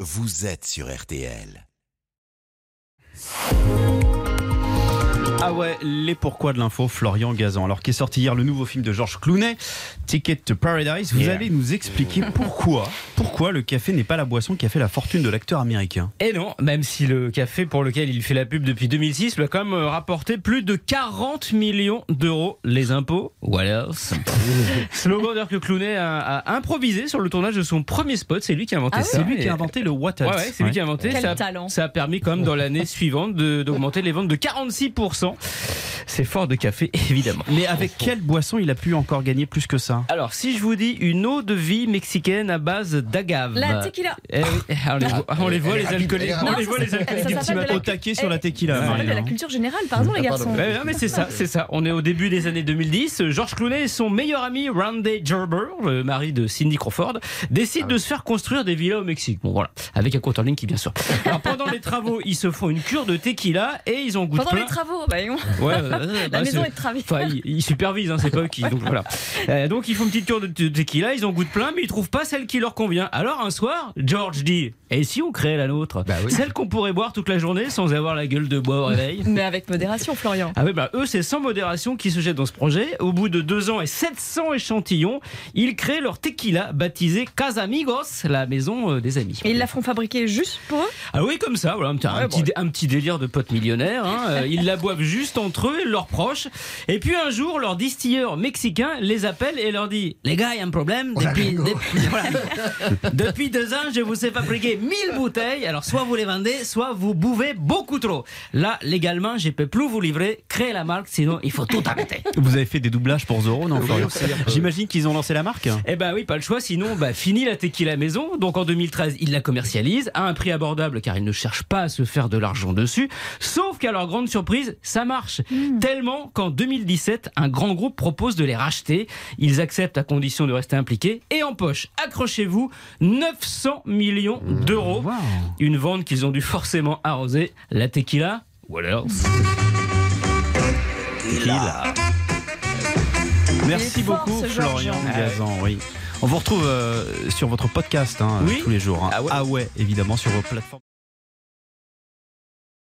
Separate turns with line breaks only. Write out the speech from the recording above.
vous êtes sur RTL.
Ah ouais, les pourquoi de l'info, Florian Gazan. Alors qu'est sorti hier le nouveau film de Georges Clooney, Ticket to Paradise, vous
Yeah.
allez nous expliquer pourquoi, pourquoi le café n'est pas la boisson qui a fait la fortune de l'acteur américain.
Et Eh non, même si le café pour lequel il fait la pub depuis 2006 lui a quand même euh, rapporté plus de 40 millions d'euros. Les impôts, what else Slogan que Clooney a, a improvisé sur le tournage de son premier spot, c'est lui qui a inventé
Ah oui
ça.
C'est lui qui
Et-
a inventé le what else.
Ouais, ouais, c'est lui qui a inventé.
Quel
ça, a-
talent.
ça a permis quand même dans l'année suivante de- d'augmenter les ventes de 46%. C'est fort de café, évidemment.
Mais avec quelle boisson il a pu encore gagner plus que ça
Alors, si je vous dis une eau de vie mexicaine à base d'agave.
La
Bah,
tequila.
Eh oui, on les voit, on les voit,
elle est rapide,
les
elle
alcooliques.
est
On
rapide.
les voit,
Non,
les alcooliques du
ça s'appelle- ça
petit
s'appelle
matin.
Au taquet sur la tequila,
Ça s'appelle de
Marina,
la
hein.
culture générale, pardon les
Ah,
garçons.
pardon.
Ouais, ouais, mais c'est ça, c'est ça. On est au début des années 2010. Euh, George Clooney et son meilleur ami Randy Gerber, le mari de Cindy Crawford,
Ah
décident de se faire construire des villas au Mexique. Bon voilà, avec un compte en ligne qui bien sûr. Alors, pendant les travaux, ils se font une cure de tequila et ils en goûtent
Pendant
plein.
les travaux, bah, on-
Ouais, euh, euh,
la
bah,
maison
c'est-
est travaillée.
Enfin, ils, ils supervisent, hein, c'est pas eux qui. Donc voilà. Euh, donc ils font une petite cure de de tequila, ils en goûtent plein, mais ils trouvent pas celle qui leur convient. Alors un soir, George dit Et si on crée la nôtre
Bah oui.
Celle qu'on pourrait boire toute la journée sans avoir la gueule de bois au réveil
Mais avec modération, Florian.
ah oui, bah eux, c'est sans modération qui se jettent dans ce projet. Au bout de deux ans et 700 échantillons, ils créent leur tequila baptisé Casamigos, la maison euh, des amis.
Et ils la feront fabriquer juste pour eux
Ah oui, comme ça, voilà, un, petit- un
Ouais,
petit,
bon.
dé- un petit délire de potes millionnaires. hein. Euh, Ils la boivent juste entre eux et leurs proches. Et puis un jour, leur distilleur mexicain les appelle et leur dit Les gars, il y a un
Oh
problème. Depuis, depuis- voilà. Depuis deux ans, je vous ai fabriqué 1000 bouteilles. Alors, soit vous les vendez, soit vous bouvez beaucoup trop. Là, légalement, je peux plus vous livrer. Créez la marque, sinon, il faut tout arrêter.
Vous avez fait des doublages pour Zorro, non, Florian
aussi, un peu.
J'imagine qu'ils ont lancé la marque.
Eh ben oui, pas le choix, sinon bah, fini la tequila maison. Donc en 2013, ils la commercialisent à un prix abordable car ils ne cherchent pas à se faire de l'argent dessus. Sauf qu'à leur grande surprise, ça marche. Tellement qu'en 2017, un grand groupe propose de les racheter. Ils acceptent à condition de rester impliqués et empochent, accrochez-vous, 900 millions d'euros. Une vente qu'ils ont dû forcément arroser. La tequila ou alors
Merci
Il est fort,
beaucoup,
ce
Florian
Georges.
Gazan. Oui. On vous retrouve euh, sur votre podcast hein,
Oui.
tous les jours. hein.
Ah ouais.
évidemment, sur vos plateformes.